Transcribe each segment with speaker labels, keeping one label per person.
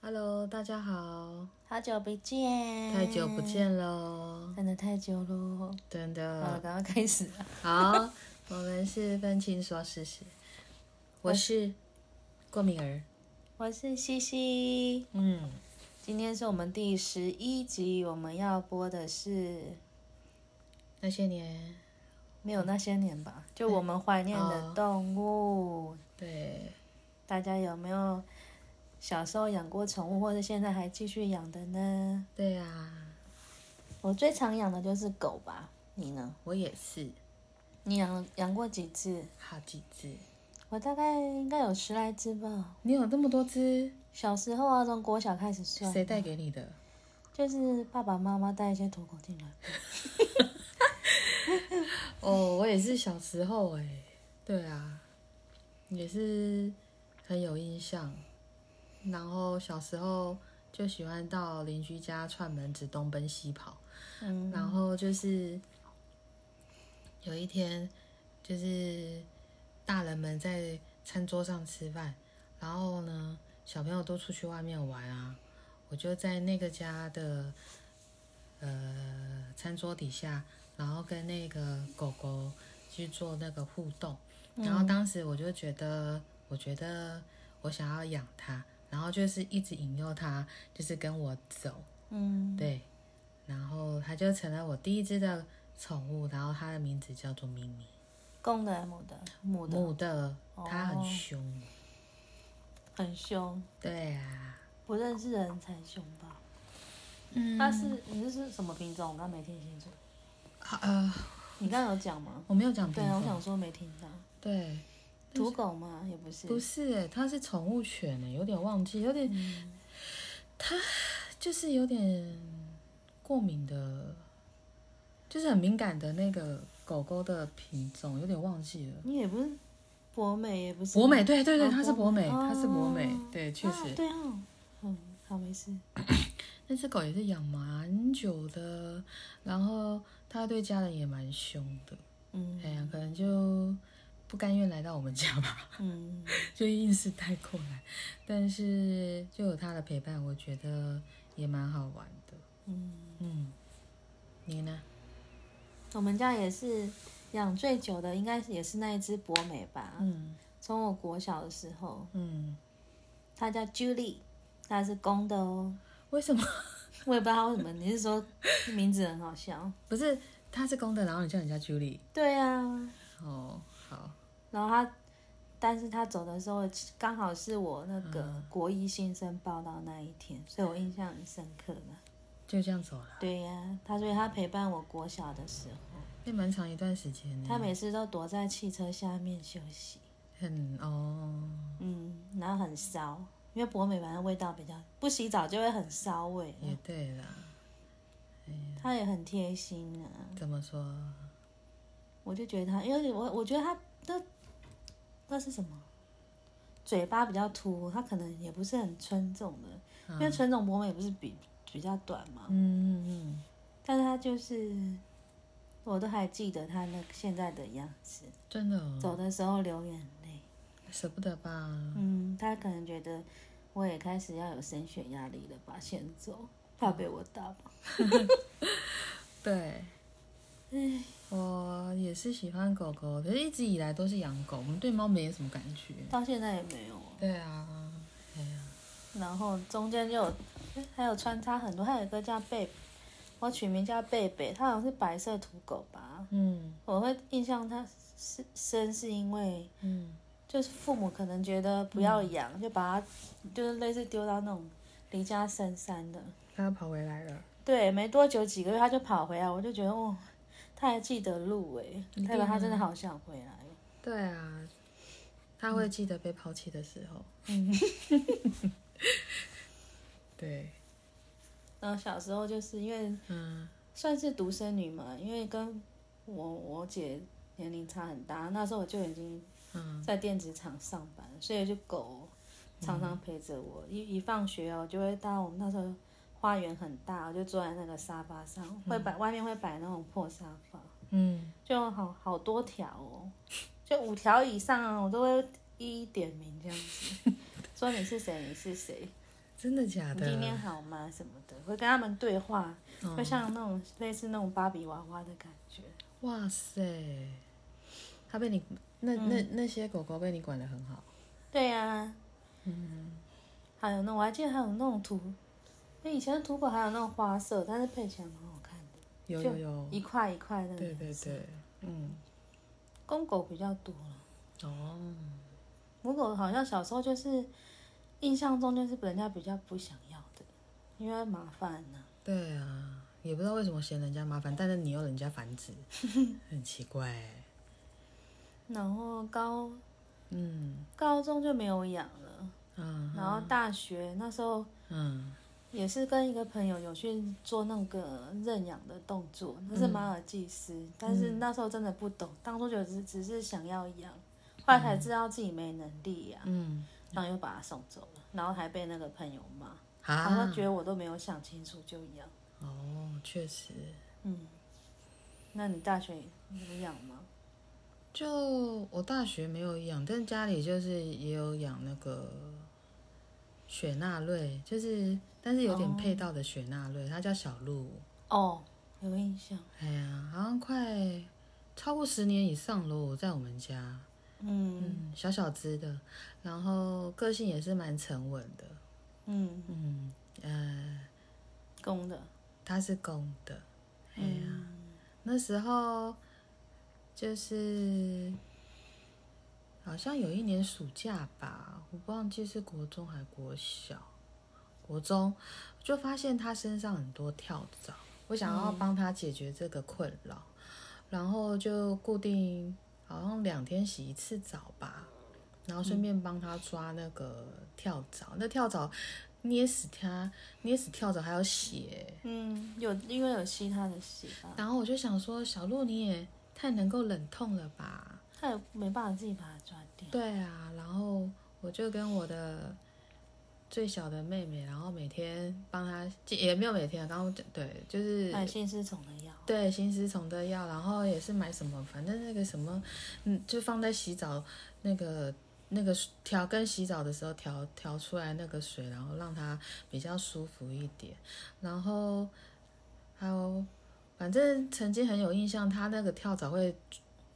Speaker 1: Hello，大家好，
Speaker 2: 好久不见，
Speaker 1: 太久不，见呃喽，
Speaker 2: 真的太久喽。
Speaker 1: 真
Speaker 2: 好了，
Speaker 1: 的。
Speaker 2: 赶快开始啊！
Speaker 1: 好， 我们是分清说事实，我是郭敏儿。
Speaker 2: 我是西西，
Speaker 1: 嗯，
Speaker 2: 今天是我们第十一集，我们要播的是
Speaker 1: 那些年，
Speaker 2: 没有那些年吧，就我们怀念的动物。
Speaker 1: 对，
Speaker 2: 大家有没有小时候养过宠物，或者现在还继续养的呢？
Speaker 1: 对啊，
Speaker 2: 我最常养的就是狗吧，你呢？
Speaker 1: 我也是，
Speaker 2: 你养养过几只？
Speaker 1: 好几只。
Speaker 2: 我大概应该有十来只吧。
Speaker 1: 你有那么多只，
Speaker 2: 小时候啊，从国小开始算，
Speaker 1: 谁带给你的？
Speaker 2: 就是爸爸妈妈带一些土狗进来。
Speaker 1: 哦，我也是小时候哎、对啊，也是很有印象。然后小时候就喜欢到邻居家串门子，东奔西跑。
Speaker 2: 嗯，
Speaker 1: 然后就是有一天，就是大人们在餐桌上吃饭，然后呢，小朋友都出去外面玩啊，我就在那个家的呃餐桌底下，然后跟那个狗狗去做那个互动，然后当时我就觉得，我觉得我想要养它，然后就是一直引诱它，就是跟我走。
Speaker 2: 嗯，
Speaker 1: 对，然后它就成了我第一只的宠物，然后它的名字叫做咪咪，
Speaker 2: 公的还是母的？母的哦
Speaker 1: 母的，它很凶，
Speaker 2: 很凶，
Speaker 1: 对啊，
Speaker 2: 不认识人才凶吧？
Speaker 1: 嗯
Speaker 2: 它是你这是什么品种？我刚没听清楚。
Speaker 1: 呃，
Speaker 2: 你刚刚有讲吗？
Speaker 1: 我没有讲品
Speaker 2: 对啊，我
Speaker 1: 种，
Speaker 2: 想说没听到。
Speaker 1: 对，
Speaker 2: 土狗吗？也不是。
Speaker 1: 不是欸，它是宠物犬欸，有点忘记，有点，
Speaker 2: 嗯
Speaker 1: 它就是有点过敏的，就是很敏感的那个狗狗的品种，有点忘记了。
Speaker 2: 你也不是博美，也不是
Speaker 1: 博美，对对对，
Speaker 2: 哦
Speaker 1: 它是博美，
Speaker 2: 哦
Speaker 1: 它是博美，对，确
Speaker 2: 啊
Speaker 1: 实。
Speaker 2: 对啊，嗯，好，没事。
Speaker 1: 那只狗也是养蛮久的，然后它对家人也蛮凶的。
Speaker 2: 嗯
Speaker 1: 哎呀，可能就不甘愿来到我们家吧，
Speaker 2: 嗯，
Speaker 1: 就硬是带过来。但是就有它的陪伴，我觉得也蛮好玩的。
Speaker 2: 嗯，
Speaker 1: 嗯，你呢？
Speaker 2: 我们家也是养最久的，应该也是那一只博美吧。
Speaker 1: 嗯
Speaker 2: 从我国小的时候，
Speaker 1: 嗯，
Speaker 2: 它叫 Julie，它是公的哦。
Speaker 1: 为什么
Speaker 2: 我也不知道它为什么，你是说名字很好笑？
Speaker 1: 不是它是公的，然后你叫人家 Julie？
Speaker 2: 对啊，
Speaker 1: 哦，好，
Speaker 2: 然后它，但是它走的时候刚好是我那个国一新生报道那一天，所以我印象很深刻的。
Speaker 1: 就这样走啊了，
Speaker 2: 对呀、它所以它陪伴我国小的时候，
Speaker 1: 也蛮长一段时间呢。
Speaker 2: 它每次都躲在汽车下面休息，
Speaker 1: 很哦，
Speaker 2: 嗯，然后很骚，因为博美反正味道比较，不洗澡就会很骚味，
Speaker 1: 也对啦，
Speaker 2: 它也很贴心啊。
Speaker 1: 怎么说？
Speaker 2: 我就觉得他，因为我我觉得他那那是什么？嘴巴比较凸，他可能也不是很纯种的，因为纯种博美不是比比较短嘛，
Speaker 1: 嗯嗯嗯。
Speaker 2: 但是他就是，我都还记得他那现在的样子，
Speaker 1: 真的、哦，
Speaker 2: 走的时候流眼泪，
Speaker 1: 舍不得吧？
Speaker 2: 嗯，他可能觉得我也开始要有升学压力了吧，先走，怕被我打吧，
Speaker 1: 对，我也是喜欢狗狗，可是一直以来都是养狗，我们对猫没什么感觉。
Speaker 2: 到现在也没有啊。
Speaker 1: 对啊，哎呀，
Speaker 2: 然后中间就有还有穿插很多，还有一个叫贝，我取名叫贝贝，它好像是白色土狗吧。
Speaker 1: 嗯
Speaker 2: 我会印象它是深是因为
Speaker 1: 嗯，
Speaker 2: 就是父母可能觉得不要养，就把它就是类似丢到那种离家深山的。
Speaker 1: 它跑回来了，
Speaker 2: 对，没多久几个月它就跑回来，我就觉得哦，它还记得路诶，
Speaker 1: 定啊
Speaker 2: 代表它真的好想回来。
Speaker 1: 对啊，它会记得被抛弃的时候。 对，
Speaker 2: 然后小时候就是因为
Speaker 1: 嗯
Speaker 2: 算是独生女嘛，因为跟我我姐年龄差很大，那时候我就已经
Speaker 1: 嗯，
Speaker 2: 在电子厂上班，所以就狗常常陪着我。一一放学哦，就会到我们那时候花园很大，我就坐在那个沙发上，会摆外面会摆那种破沙发，
Speaker 1: 嗯，
Speaker 2: 就好好多条哦，就五条以上啊，我都会一一点名这样子，说你是谁，你是谁。
Speaker 1: 真的假
Speaker 2: 你今
Speaker 1: 的？嗯
Speaker 2: 天好吗？什么的，会跟他们对话，会像那种类似那种芭比娃娃的感觉。
Speaker 1: 哇塞，它被你那那那些狗狗被你管得很好，
Speaker 2: 对呀、
Speaker 1: 嗯
Speaker 2: 还有那我还记得还有那种土，那以前的土狗还有那种花色，但是配起来蛮好看的，
Speaker 1: 有
Speaker 2: 就
Speaker 1: 有有，
Speaker 2: 一块一块那种。
Speaker 1: 对对对，嗯，
Speaker 2: 公狗比较多了，
Speaker 1: 哦，
Speaker 2: 母狗好像小时候就是印象中就是人家比较不想要的，因为麻烦呐、
Speaker 1: 对啊，也不知道为什么嫌人家麻烦，但是你又人家繁 殖，很奇怪欸。
Speaker 2: 然后高
Speaker 1: 嗯
Speaker 2: 高中就没有养了，
Speaker 1: 啊
Speaker 2: 然后大学那时候
Speaker 1: 嗯
Speaker 2: 也是跟一个朋友有去做那个认养的动作，
Speaker 1: 嗯
Speaker 2: 那是马尔济斯，但是那时候真的不懂，当初就只只是想要养，后来才知道自己没能力养，
Speaker 1: 嗯，
Speaker 2: 然后又把它送走了，然后还被那个朋友骂，好像
Speaker 1: 啊，
Speaker 2: 觉得我都没有想清楚就养。
Speaker 1: 哦，确实，
Speaker 2: 嗯，那你大学有养吗？
Speaker 1: 就我大学没有养，但家里就是也有养那个雪纳瑞，就是但是有点配到的雪纳瑞，它叫小鹿。
Speaker 2: 哦，有印象。
Speaker 1: 哎呀，好像快超过十年以上喽，在我们家，
Speaker 2: 嗯
Speaker 1: 嗯，小小只的，然后个性也是蛮沉稳的，
Speaker 2: 嗯，
Speaker 1: 嗯，呃，
Speaker 2: 公的。
Speaker 1: 它是公的，哎呀，
Speaker 2: 嗯
Speaker 1: 那时候就是好像有一年暑假吧，我忘记是国中还国小，国中就发现他身上很多跳蚤，我想要帮他解决这个困扰，然后就固定好像两天洗一次澡吧，然后顺便帮他抓那个跳蚤，那跳蚤捏死它，捏死跳蚤还有血欸、
Speaker 2: 嗯，有因为有吸他的血吧，
Speaker 1: 然后我就想说，小鹿你也太能够忍痛了吧？
Speaker 2: 他也没办法自己把它抓掉。
Speaker 1: 对啊，然后我就跟我的最小的妹妹，然后每天帮她，也没有每天啊，刚刚讲对，就是
Speaker 2: 买性丝虫的药。
Speaker 1: 对新丝虫的药，然后也是买什么，反正那个什么，嗯，就放在洗澡那个那个调跟洗澡的时候调调出来那个水，然后让它比较舒服一点。然后还有，反正曾经很有印象，它那个跳蚤会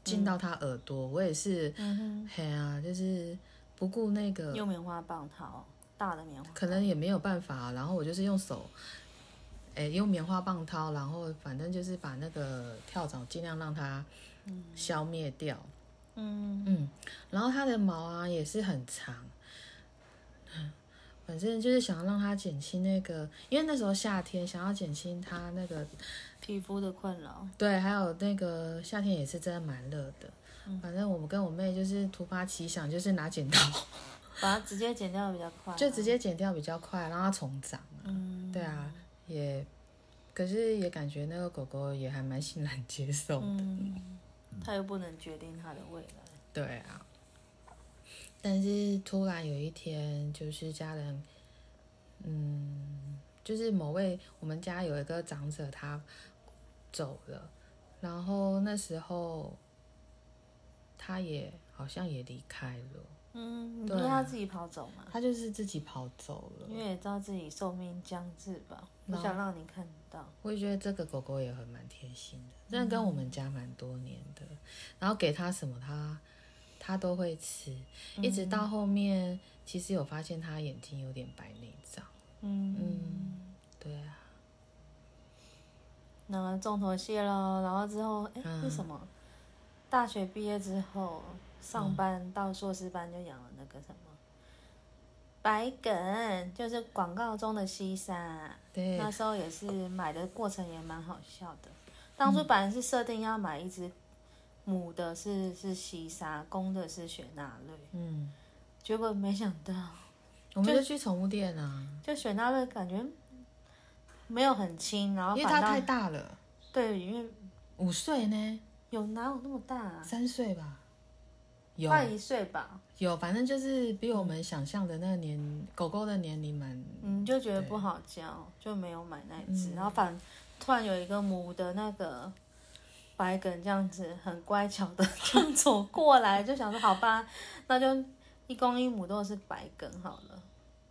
Speaker 1: 进到它耳朵，我也是，
Speaker 2: 嗯
Speaker 1: 嘿啊，就是不顾那个
Speaker 2: 哼，用棉花棒套，大的棉花棒。
Speaker 1: 可能也没有办法，啊然后我就是用手，哎、用棉花棒掏，然后反正就是把那个跳蚤尽量让它消灭掉。
Speaker 2: 嗯，
Speaker 1: 嗯，然后它的毛啊也是很长，反正就是想要让它减轻那个，因为那时候夏天想要减轻它那个
Speaker 2: 皮肤的困扰。
Speaker 1: 对，还有那个夏天也是真的蛮热的。反正我们跟我妹就是突发奇想，就是拿剪刀
Speaker 2: 把它直接剪掉比较快、
Speaker 1: 就直接剪掉比较快，让它重长。
Speaker 2: 嗯，
Speaker 1: 对啊，也，可是也感觉那个狗狗也还蛮欣然接受。
Speaker 2: 嗯，他又不能决定他的未来。
Speaker 1: 对啊，但是突然有一天，就是家人，嗯，就是某位我们家有一个长者他走了，然后那时候他也好像也离开了，
Speaker 2: 嗯，你
Speaker 1: 对啊
Speaker 2: 说他自己跑走吗？
Speaker 1: 他就是自己跑走了。
Speaker 2: 因为也知道自己寿命将至吧，不想让你看到。
Speaker 1: 我也觉得这个狗狗也很蛮贴心的，
Speaker 2: 嗯
Speaker 1: 真的跟我们家蛮多年的。然后给它什么，它它都会吃，一直
Speaker 2: 嗯
Speaker 1: 到后面，其实有发现它眼睛有点白内障。
Speaker 2: 嗯
Speaker 1: 嗯，对啊，
Speaker 2: 然后中头蟹咯，然后之后哎、
Speaker 1: 嗯
Speaker 2: 为什么？大学毕业之后上班到硕士班就养了那个什么白梗，就是广告中的西沙。
Speaker 1: 对，
Speaker 2: 那时候也是买的过程也蛮好笑的。当初本来是设定要买一只母的是是西沙，公的是雪纳瑞，
Speaker 1: 嗯，
Speaker 2: 结果没想到
Speaker 1: 我们就去宠物店啊，
Speaker 2: 就雪纳瑞感觉没有很轻，然后
Speaker 1: 因为它
Speaker 2: 反倒
Speaker 1: 太大了，
Speaker 2: 对，因为
Speaker 1: 五岁呢，
Speaker 2: 有哪有那么大、啊？
Speaker 1: 三岁吧，有
Speaker 2: 快一岁吧，
Speaker 1: 有，反正就是比我们想象的那个年狗狗的年龄蛮，
Speaker 2: 嗯，就觉得不好教，就没有买那一
Speaker 1: 嗯
Speaker 2: 只。然后反突然有一个母的那个白梗这样子很乖巧的这样走过来，就想说好吧，那就一公一母都是白梗好了。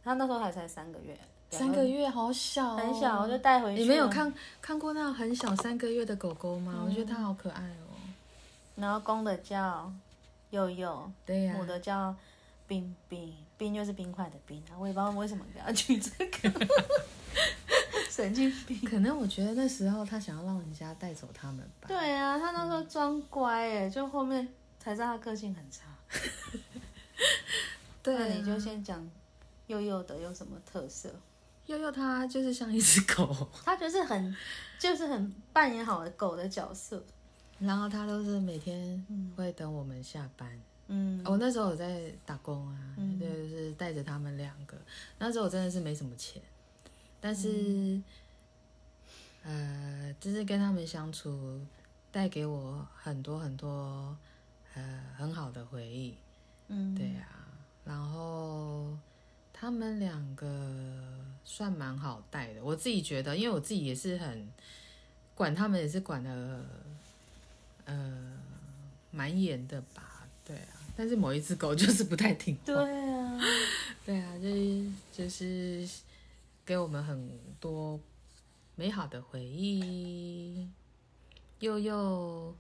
Speaker 2: 他那时候还才三个月，
Speaker 1: 三个月好小、哦，
Speaker 2: 很小，我就带回去。嗯
Speaker 1: 你们有？看看过那种很小三个月的狗狗吗？我觉得它好可爱哦。
Speaker 2: 然后公的叫佑佑，
Speaker 1: 对呀、
Speaker 2: 母的叫冰冰，冰就是冰块的冰啊。我也不知道为什么给它取这 个，神经病。
Speaker 1: 可能我觉得那时候它想要让人家带走它们吧。
Speaker 2: 对啊，他那时候装乖哎，就后面才知道他个性很差。
Speaker 1: 对啊
Speaker 2: 那你就先讲佑佑的有什么特色？
Speaker 1: 悠悠它就是像一只狗，
Speaker 2: 他就是很，就是很扮演好狗的角色。
Speaker 1: 然后它都是每天会等我们下班。
Speaker 2: 嗯，
Speaker 1: 我那时候有在打工啊，
Speaker 2: 嗯
Speaker 1: 就是带着他们两个。那时候我真的是没什么钱，但
Speaker 2: 嗯
Speaker 1: 是，呃，就是跟他们相处，带给我很多很多呃很好的回忆。
Speaker 2: 嗯，
Speaker 1: 对啊，然后他们两个算蛮好带的，我自己觉得，因为我自己也是很管他们，也是管的呃蛮严的吧，对啊。但是某一只狗就是不太听
Speaker 2: 对
Speaker 1: 话，
Speaker 2: 啊，
Speaker 1: 对啊，就是就是给我们很多美好的回忆。佑佑，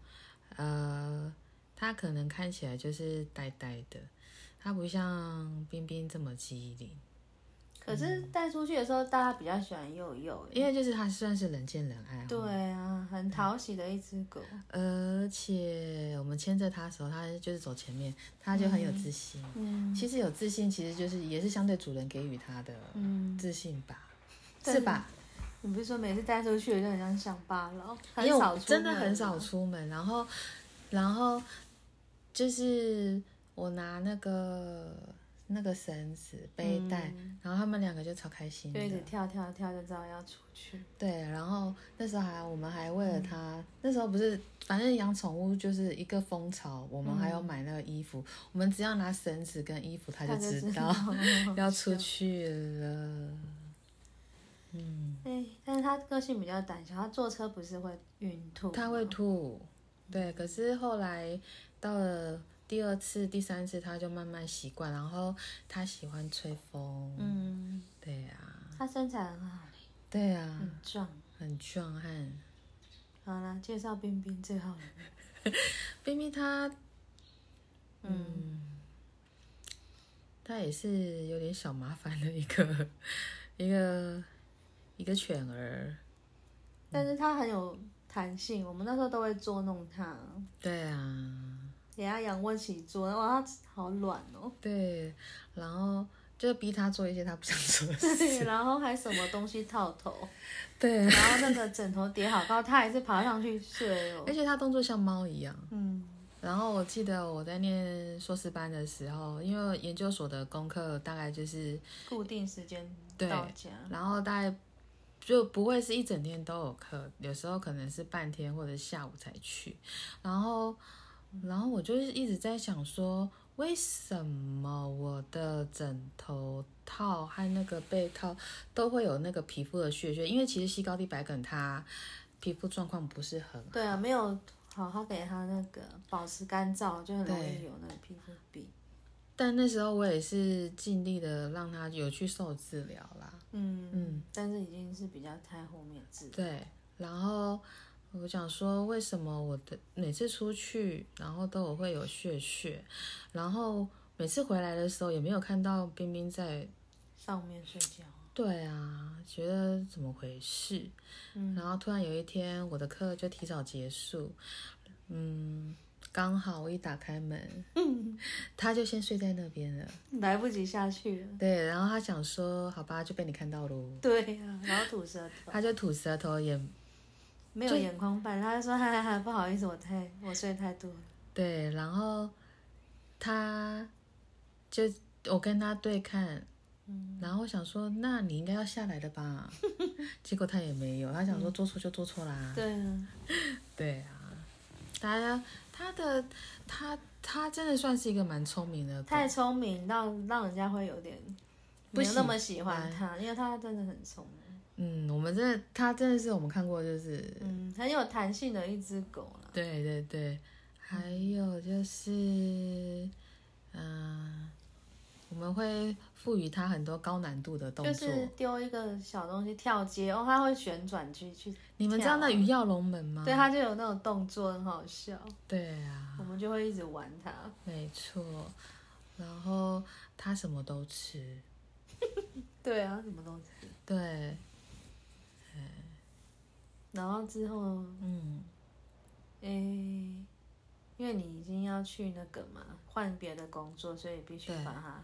Speaker 1: 呃，他可能看起来就是呆呆的，他不像冰冰这么机灵，
Speaker 2: 可是带出去的时候，大家比较喜欢佑佑耶。
Speaker 1: 因为就是他算是人见人爱。
Speaker 2: 对。啊，很讨喜的一只狗。
Speaker 1: 而且我们牵着他的时候，他就是走前面，他就很有自信。
Speaker 2: 嗯
Speaker 1: 其实有自信，其实就是也是相对主人给予他的
Speaker 2: 嗯，
Speaker 1: 自信吧，
Speaker 2: 但
Speaker 1: 是
Speaker 2: 是
Speaker 1: 吧？
Speaker 2: 你不是说每次带出去就很像乡巴佬，很
Speaker 1: 因为
Speaker 2: 少
Speaker 1: 我
Speaker 2: 出
Speaker 1: 真的
Speaker 2: 门
Speaker 1: 很
Speaker 2: 啊
Speaker 1: 少出门，然后，然后就是我拿那个那个绳子背
Speaker 2: 嗯
Speaker 1: 带，然后他们两个就超开心
Speaker 2: 就一直
Speaker 1: 的，
Speaker 2: 跳跳跳，就知道要出去。
Speaker 1: 对，然后那时候还我们还为了他，那时候不是反正养宠物就是一个风潮，我们还有买那个衣服，我们只要拿绳子跟衣服，他就
Speaker 2: 他就
Speaker 1: 知
Speaker 2: 知
Speaker 1: 道
Speaker 2: 道
Speaker 1: 要出去了。嗯
Speaker 2: 哎，但是它个性比较胆小，它坐车不是会晕吐吗，
Speaker 1: 他会吐，对。可是后来到了第二次、第三次，他就慢慢习惯。然后他喜欢吹风，
Speaker 2: 嗯，
Speaker 1: 对呀、
Speaker 2: 它身材很好，
Speaker 1: 对呀、
Speaker 2: 很壮。
Speaker 1: 很壮汉。
Speaker 2: 好啦，介绍冰冰最好了。
Speaker 1: 冰冰他
Speaker 2: 嗯，
Speaker 1: 他也是有点小麻烦的一个 一个一个犬儿，
Speaker 2: 但是它很有弹性，我们那时候都会捉弄它，
Speaker 1: 对啊，
Speaker 2: 给它仰卧起坐，哇，它好软 哦。
Speaker 1: 对。然后就逼他做一些他不想做的事，
Speaker 2: 对，然后还什么东西套头，
Speaker 1: 对。啊
Speaker 2: 然后那个枕头叠好高，它还是爬上去睡 哦。
Speaker 1: 而且他动作像猫一样。
Speaker 2: 嗯，
Speaker 1: 然后我记得我在念硕士班的时候，因为研究所的功课大概就是，
Speaker 2: 固定时间
Speaker 1: 对
Speaker 2: 到家。
Speaker 1: 然后大概就不会是一整天都有课，有时候可能是半天或者下午才去。然后，然后我就是一直在想说，为什么我的枕头套和那个被套都会有那个皮肤的屑屑？因为其实西高地白梗它皮肤状况不是很
Speaker 2: 对啊，没有好好给它那个保持干燥，就很容易有那个皮肤病。
Speaker 1: 但那时候我也是尽力的让他有去受治疗啦。
Speaker 2: 嗯
Speaker 1: 嗯，
Speaker 2: 但是已经是比较太后面治。
Speaker 1: 对，然后我想说，为什么我的每次出去，然后都有会有血血，然后每次回来的时候也没有看到冰冰在。
Speaker 2: 上面睡觉。
Speaker 1: 对啊，觉得怎么回事？
Speaker 2: 嗯
Speaker 1: 然后突然有一天，我的课就提早结束，嗯，刚好我一打开门， 他就先睡在那边了。
Speaker 2: 来不及下去了。
Speaker 1: 对，然后他想说，好吧，就被你看到喽。
Speaker 2: 对呀、啊，然后吐舌头，
Speaker 1: 他就吐舌头也
Speaker 2: 没有眼眶瓣，他就说哈哈哈，不好意思，我太我睡太多了。
Speaker 1: 对，然后他就我跟他对看，
Speaker 2: 嗯
Speaker 1: 然后我想说，那你应该要下来的 吧，结果他也没有，他想说做错就做错啦，
Speaker 2: 嗯对啊，
Speaker 1: 对啊，大家他的他他真的算是一个蛮聪明的狗，
Speaker 2: 太聪明到让人家会有点
Speaker 1: 不
Speaker 2: 没有那么
Speaker 1: 喜
Speaker 2: 喜
Speaker 1: 欢
Speaker 2: 欢他，因为他真的很聪明，
Speaker 1: 嗯，我们真的他真的是我们看过就是
Speaker 2: 嗯，很有弹性的一只狗啦。
Speaker 1: 对对对，还有就是，嗯、我们会赋予它很多高难度的动
Speaker 2: 就
Speaker 1: 作。
Speaker 2: 是丢一个小东西跳接，哦，它会旋转去去，
Speaker 1: 你们知道那
Speaker 2: 跳
Speaker 1: 鱼跃龙门吗？
Speaker 2: 啊对，它就有那种动作，很好笑，
Speaker 1: 对啊，
Speaker 2: 我们就会一直玩它。
Speaker 1: 没错。然后它什么都吃，
Speaker 2: 对啊，什么东西？
Speaker 1: 对，
Speaker 2: 然后之后，
Speaker 1: 嗯，
Speaker 2: 诶、因为你已经要去那个嘛，换别的工作，所以必须
Speaker 1: 对
Speaker 2: 把它。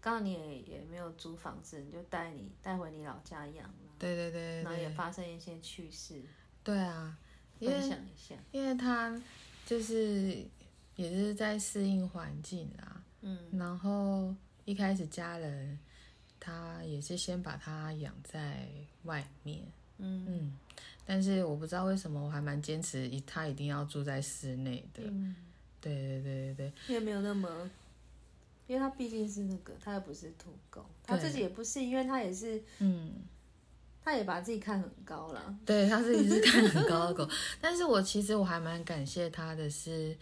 Speaker 2: 刚好你也也没有租房子，你就带你带回你老家养了，
Speaker 1: 对对对
Speaker 2: 然后
Speaker 1: 对
Speaker 2: 也
Speaker 1: 对，
Speaker 2: 发生一些趣事，
Speaker 1: 对啊，因
Speaker 2: 分
Speaker 1: 为
Speaker 2: 享一下。
Speaker 1: 因为它就是也是在适应环境啦，
Speaker 2: 嗯，
Speaker 1: 然后一开始家人他也是先把它养在外面，
Speaker 2: 嗯
Speaker 1: 嗯，但是我不知道为什么我还蛮坚持一他一定要住在室内的，
Speaker 2: 嗯，
Speaker 1: 对对对对对，
Speaker 2: 也没有那么，因为它毕竟是那个，它又不是土狗，它
Speaker 1: 对
Speaker 2: 自己也不是，因为它也是，
Speaker 1: 嗯。
Speaker 2: 它也把自己看很高啦。
Speaker 1: 对，它是一只看很高的狗，但是我其实我还蛮感谢它的是，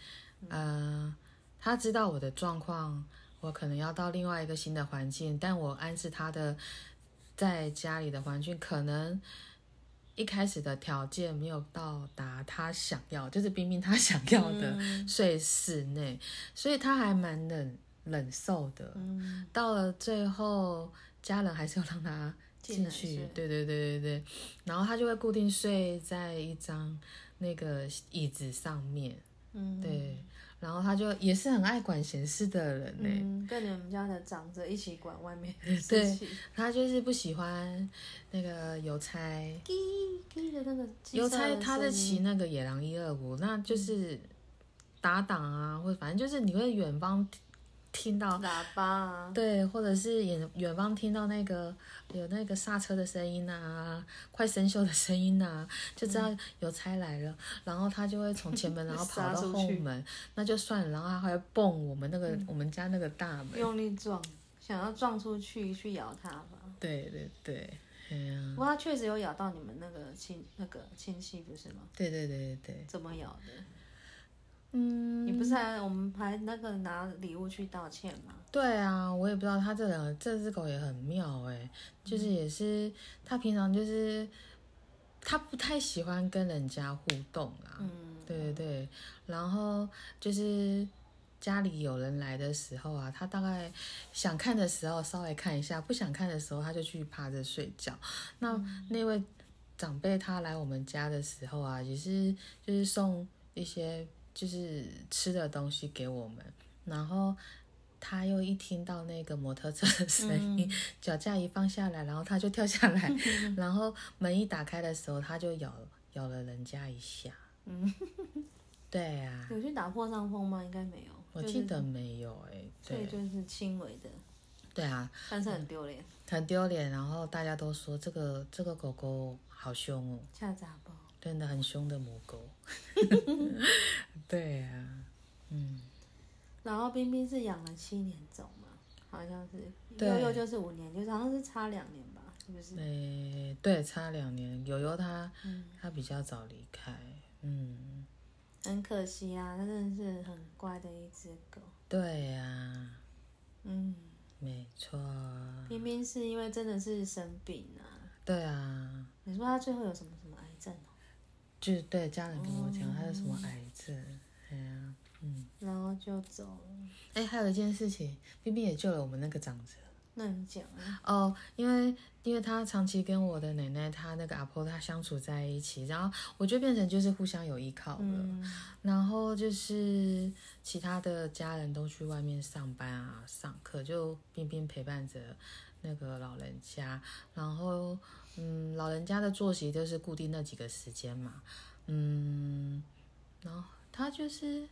Speaker 1: 呃，它知道我的状况，我可能要到另外一个新的环境，但我安置它的在家里的环境，可能一开始的条件没有到达它想要，就是冰冰它想要的睡室内，所以它还蛮忍忍受的。
Speaker 2: 嗯，
Speaker 1: 到了最后，家人还是要让他
Speaker 2: 进
Speaker 1: 进
Speaker 2: 来
Speaker 1: 去
Speaker 2: 睡，
Speaker 1: 对对对对对，然后他就会固定睡在一张那个椅子上面，
Speaker 2: 嗯，
Speaker 1: 对，然后他就也是很爱管闲事的人呢、
Speaker 2: 嗯，跟你们家的长者一起管外面的
Speaker 1: 对
Speaker 2: 事情，
Speaker 1: 他就是不喜欢那个邮差，
Speaker 2: 叽叽的那个机
Speaker 1: 邮
Speaker 2: 车
Speaker 1: 差他在
Speaker 2: 声
Speaker 1: 骑
Speaker 2: 音，嗯
Speaker 1: 那个野狼一二五，那就是打档啊，或者反正就是你会远方听听到
Speaker 2: 喇叭啊，
Speaker 1: 对，或者是远远方听到那个有那个刹车的声音呐、快生锈的声音呐、就知
Speaker 2: 嗯
Speaker 1: 道有差来了。然后他就会从前门，然 后跑
Speaker 2: 杀
Speaker 1: 到
Speaker 2: 出
Speaker 1: 后
Speaker 2: 去嗯
Speaker 1: 门，那就算了。然后他还会蹦我们那个、我们家那个大门。
Speaker 2: 用力撞，想要撞出去去咬它吧。
Speaker 1: 对对对，哎呀、
Speaker 2: 不过它确实有咬到你们那个亲那个亲戚，不是吗？
Speaker 1: 对对对对对，
Speaker 2: 怎么咬的？
Speaker 1: 嗯，
Speaker 2: 你不是还我们还那个拿礼物去道歉吗？
Speaker 1: 对啊，我也不知道它这两这只狗也很妙哎、就是也是它平常就是它不太喜欢跟人家互动啊啦，
Speaker 2: 嗯，
Speaker 1: 对对对，然后就是家里有人来的时候啊，它大概想看的时候稍微看一下，不想看的时候它就去趴着睡觉。那那位长辈他来我们家的时候啊，也是就是送一些就是吃的东西给我们，然后。他又一听到那个摩托车的声音，脚架一放下来，然后他就跳下来，然后门一打开的时候，他就咬咬了人家一下。对啊，
Speaker 2: 有去打破伤风吗？应该没有。
Speaker 1: 我
Speaker 2: 就是
Speaker 1: 记得没有哎、
Speaker 2: 所以
Speaker 1: 对
Speaker 2: 就是轻微的，
Speaker 1: 对啊，
Speaker 2: 但是很丢脸，
Speaker 1: 很丢脸。然后大家都说这个这个狗狗好凶哦，
Speaker 2: 恰杂包。
Speaker 1: 真的很凶的母狗。 对啊，嗯，
Speaker 2: 然后冰冰是养了七年种嘛，好像是
Speaker 1: 对
Speaker 2: 悠悠就是五年，就是好像是差两年吧，是不是？
Speaker 1: 诶、对，差两年，友友它
Speaker 2: 嗯，
Speaker 1: 它比较早离开，嗯，
Speaker 2: 很可惜啊，它真的是很乖的一只狗。
Speaker 1: 对啊，
Speaker 2: 嗯，
Speaker 1: 没错，
Speaker 2: 冰冰是因为真的是生病啊，
Speaker 1: 对啊，
Speaker 2: 你说它最后有什么什么癌症哦、
Speaker 1: 就是对家人跟我讲它有什么癌症，哎呀、嗯，
Speaker 2: 然后就走了。
Speaker 1: 哎、还有一件事情，冰冰也救了我们那个长者。
Speaker 2: 那你讲啊，
Speaker 1: 哦，因为因为他长期跟我的奶奶、他那个阿婆她相处在一起，然后我就变成就是互相有依靠了。
Speaker 2: 嗯，
Speaker 1: 然后就是其他的家人都去外面上班啊、上课，就冰冰陪伴着那个老人家。然后，嗯，老人家的作息就是固定那几个时间嘛，嗯，然后他就是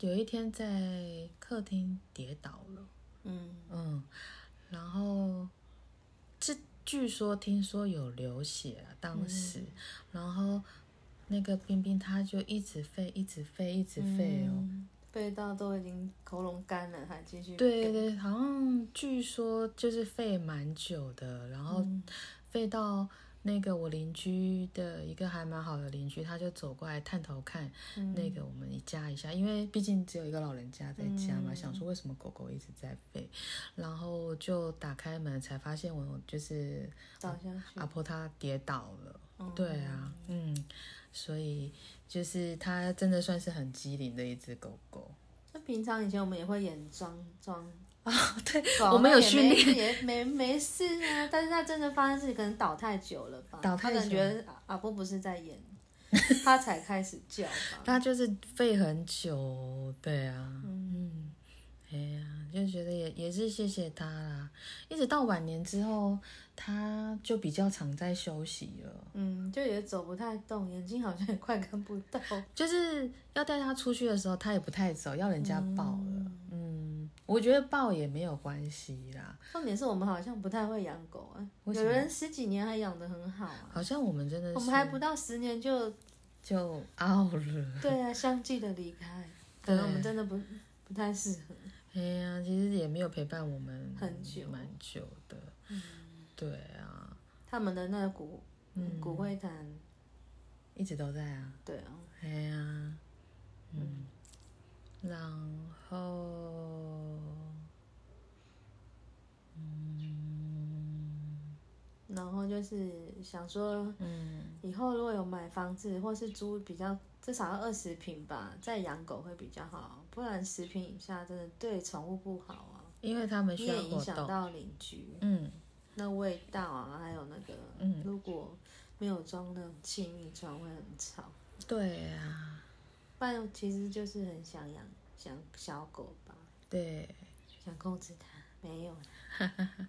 Speaker 1: 有一天在客厅跌倒了。
Speaker 2: 嗯，
Speaker 1: 嗯，然后这据说听说有流血啊，当时，然后那个冰冰她就一直吠，一直吠，一直吠哦。
Speaker 2: 嗯，背到都已经喉咙干了，还继续。
Speaker 1: 对，对，好像据说就是吠蛮久的，然后
Speaker 2: 嗯
Speaker 1: 吠到那个我邻居的一个还蛮好的邻居，他就走过来探头看那个我们一家一下，因为毕竟只有一个老人家在家嘛，想说为什么狗狗一直在吠，然后就打开门才发现我就是
Speaker 2: 倒下去。
Speaker 1: 阿婆她跌倒了。对啊，嗯，所以就是它真的算是很机灵的一只狗狗。
Speaker 2: 就平常以前我们也会演装装，
Speaker 1: 啊对
Speaker 2: 狗
Speaker 1: 我们有
Speaker 2: 啊也没
Speaker 1: 训练，
Speaker 2: 也没没事啊。但是他真的发现自己可能倒太久了吧，
Speaker 1: 倒
Speaker 2: 他
Speaker 1: 太
Speaker 2: 可
Speaker 1: 久
Speaker 2: 能觉得阿阿波不是在演，他才开始叫吧。
Speaker 1: 它就是吠很久。对啊，嗯，哎呀，就觉得也也是谢谢它啦。一直到晚年之后，它就比较常在休息了。
Speaker 2: 嗯，就也走不太动，眼睛好像也快看不到。
Speaker 1: 就是要带它出去的时候，它也不太走，要人家抱了。嗯，我觉得抱也没有关系啦。
Speaker 2: 重点是我们好像不太会养狗啊，
Speaker 1: 为
Speaker 2: 有人十几年还养得很好啊，
Speaker 1: 好像我们真的
Speaker 2: 我
Speaker 1: 是
Speaker 2: 们还不到十年就
Speaker 1: 就 out 了。
Speaker 2: 对啊，相继的离开，可
Speaker 1: 对
Speaker 2: 能我们真的不不太适合。
Speaker 1: 哎呀，其实也没有陪伴我们
Speaker 2: 很久
Speaker 1: 蛮久的。对啊，
Speaker 2: 他们的那个骨
Speaker 1: 嗯
Speaker 2: 骨灰坛，
Speaker 1: 一直都在啊。
Speaker 2: 对啊，
Speaker 1: 哎呀，嗯，然后，
Speaker 2: 然后就是想说，
Speaker 1: 嗯，
Speaker 2: 以后如果有买房子或是租比较，至少要二十平吧，再养狗会比较好，不然十平以下真的对宠物不好啊，
Speaker 1: 因为他们
Speaker 2: 你
Speaker 1: 需要
Speaker 2: 也影
Speaker 1: 活
Speaker 2: 响
Speaker 1: 动。
Speaker 2: 到邻居。
Speaker 1: 嗯，
Speaker 2: 那味道啊，还有那个，
Speaker 1: 嗯
Speaker 2: 如果没有装那种气密窗会很吵。
Speaker 1: 对啊，
Speaker 2: 不然其实就是很想养想小狗吧，
Speaker 1: 对，
Speaker 2: 想控制它，没有啦。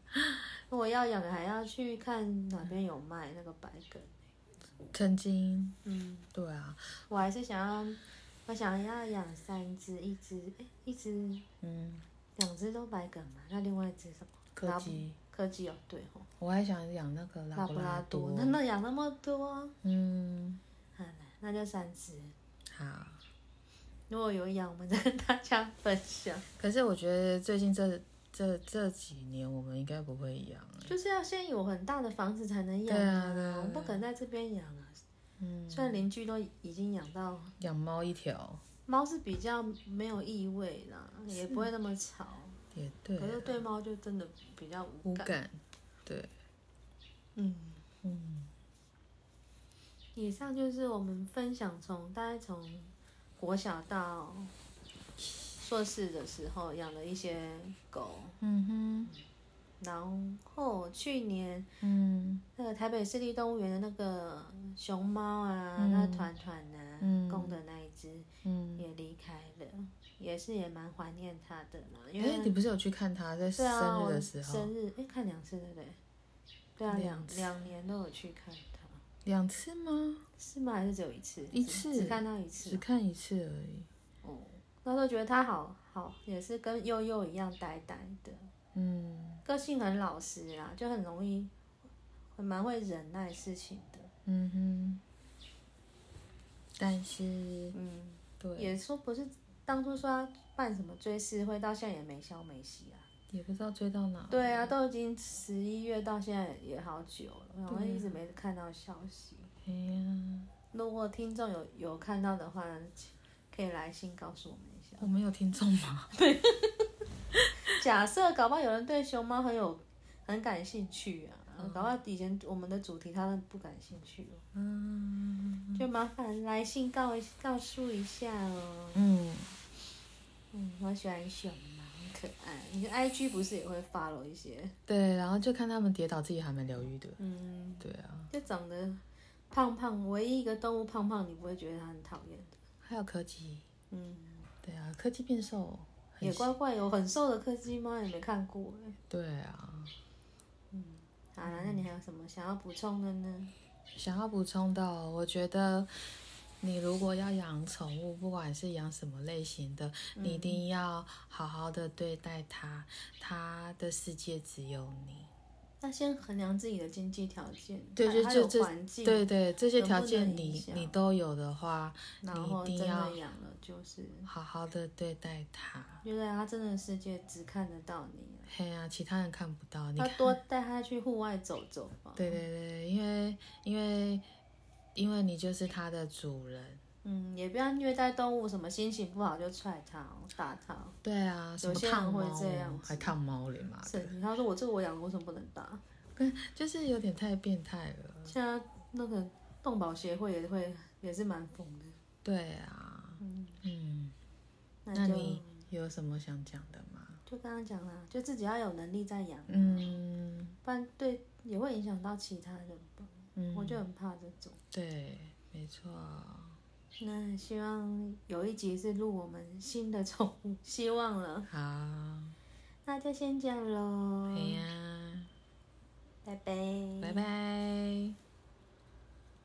Speaker 2: 如果要养，还要去看哪边有卖那个白梗。
Speaker 1: 曾经，
Speaker 2: 嗯，
Speaker 1: 对啊，
Speaker 2: 我还是想要，我想要养三只，一只诶一只
Speaker 1: 嗯，
Speaker 2: 两只都白梗嘛，那另外一只什么？
Speaker 1: 柯
Speaker 2: 拉
Speaker 1: 基，
Speaker 2: 柯基哦，对哦，
Speaker 1: 我还想养那个
Speaker 2: 拉
Speaker 1: 布
Speaker 2: 布拉
Speaker 1: 多。
Speaker 2: 那那养那么多，
Speaker 1: 嗯，
Speaker 2: 好啦那就三只。
Speaker 1: 好。
Speaker 2: 如果有养，我们再跟大家分享。
Speaker 1: 可是我觉得最近这这这几年，我们应该不会养欸。
Speaker 2: 就是要先有很大的房子才能养
Speaker 1: 对啊对啊
Speaker 2: 我们不可能在这边养啊。
Speaker 1: 嗯，
Speaker 2: 虽然邻居都已经养到
Speaker 1: 养猫一条
Speaker 2: 猫是比较没有异味啦，也不会那么吵，
Speaker 1: 也对啊
Speaker 2: 可，是对猫就真的比较无
Speaker 1: 无
Speaker 2: 感。
Speaker 1: 感。对，
Speaker 2: 嗯，
Speaker 1: 嗯，
Speaker 2: 以上就是我们分享从大概从国小到硕士的时候养的一些狗，
Speaker 1: 嗯
Speaker 2: 然后去年
Speaker 1: 哼，嗯
Speaker 2: 那个台北市立动物园的那个熊猫啊，
Speaker 1: 嗯
Speaker 2: 那团团啊，
Speaker 1: 嗯
Speaker 2: 公的那一只。
Speaker 1: 嗯。
Speaker 2: 也离开了，也是也蛮怀念他的啦，因
Speaker 1: 哎，你
Speaker 2: 为
Speaker 1: 不是有去看它在
Speaker 2: 对啊，
Speaker 1: 生日
Speaker 2: 我
Speaker 1: 的时候
Speaker 2: 生日哎、诶看两次对不对？对啊，
Speaker 1: 两
Speaker 2: 两两年都有去看他，
Speaker 1: 两次吗？
Speaker 2: 是吗？还是只有一次？
Speaker 1: 一
Speaker 2: 只
Speaker 1: 次
Speaker 2: 只看到一
Speaker 1: 只
Speaker 2: 次。
Speaker 1: 看一次而已。
Speaker 2: 哦，那时候觉得他好好，也是跟悠悠一样呆呆的，
Speaker 1: 嗯
Speaker 2: 个性很老实啦，就很容易，很蛮会忍耐事情的。
Speaker 1: 嗯哼。但是，
Speaker 2: 嗯，
Speaker 1: 对，
Speaker 2: 也说不是当初说要办什么追思会，到现在也没消没息啊。
Speaker 1: 也不知道追到哪。
Speaker 2: 对啊，，都已经十一月到现在也好久了，然后
Speaker 1: 对啊
Speaker 2: 一直没看到消息。
Speaker 1: 哎呀，
Speaker 2: 如果听众有有看到的话，可以来信告诉我们一下。
Speaker 1: 我们有听众吗？
Speaker 2: 假设搞不好有人对熊猫很有很感兴趣啊，搞不好以前我们的主题他们不感兴趣哦，
Speaker 1: 嗯
Speaker 2: 就麻烦来信告一告诉一下哦。
Speaker 1: 嗯，
Speaker 2: 嗯，我喜欢熊猫，很可爱。你的 IG 不是也会发了一些？
Speaker 1: 对，然后就看他们跌倒，自己还蛮疗愈的。
Speaker 2: 嗯，
Speaker 1: 对啊，
Speaker 2: 就长得胖胖，唯一一个动物胖胖，你不会觉得它很讨厌的。
Speaker 1: 还有柯基，
Speaker 2: 嗯。
Speaker 1: 对啊，柯基变瘦，很
Speaker 2: 也怪怪，有很瘦的柯基吗？也没看过哎。
Speaker 1: 对啊。
Speaker 2: 好
Speaker 1: 嗯
Speaker 2: 了，那你还有什么想要补充的呢？
Speaker 1: 想要补充的哦，我觉得你如果要养宠物，不管是养什么类型的，
Speaker 2: 嗯
Speaker 1: 你一定要好好的对待它，它的世界只有你。
Speaker 2: 那先衡量自己的经济条件，
Speaker 1: 对，
Speaker 2: 还
Speaker 1: 就
Speaker 2: 还
Speaker 1: 就
Speaker 2: 有
Speaker 1: 这
Speaker 2: 环，境，
Speaker 1: 对对，这些
Speaker 2: 能不
Speaker 1: 条件
Speaker 2: 能
Speaker 1: 你
Speaker 2: 影响
Speaker 1: 你都有的话，
Speaker 2: 然
Speaker 1: 你一
Speaker 2: 后
Speaker 1: 定
Speaker 2: 真的
Speaker 1: 要
Speaker 2: 养了，就是
Speaker 1: 好好的对待它。
Speaker 2: 因为他真的世界只看得到你啊，
Speaker 1: 嘿呀、其他人看不到，哦你
Speaker 2: 他
Speaker 1: 看。
Speaker 2: 多带他去户外走走吧。
Speaker 1: 对对对，因为因为因为你就是它的主人。
Speaker 2: 嗯，也不要虐待动物，什么心情不好就踹它哦、打它哦。
Speaker 1: 对啊，什么
Speaker 2: 些人
Speaker 1: 烫
Speaker 2: 会
Speaker 1: 猫
Speaker 2: 这
Speaker 1: 哦
Speaker 2: 样
Speaker 1: 还烫猫嘞嘛？
Speaker 2: 神经，他说我这个我养了，为什么不能打？
Speaker 1: 跟就是有点太变态了。
Speaker 2: 现在那个动保协会也会也是蛮疯的。
Speaker 1: 对啊，嗯，那
Speaker 2: 那就
Speaker 1: 你有什么想讲的吗？
Speaker 2: 就刚刚讲啦，就自己要有能力再养，
Speaker 1: 嗯
Speaker 2: 不然对也会影响到其他人吧。
Speaker 1: 嗯，
Speaker 2: 我就很怕这种。
Speaker 1: 对，没错。
Speaker 2: 那希望有一集是录我们新的宠物，希望了。
Speaker 1: 好，
Speaker 2: 那就先这样喽
Speaker 1: 哎，呀，
Speaker 2: 拜拜，
Speaker 1: 拜拜。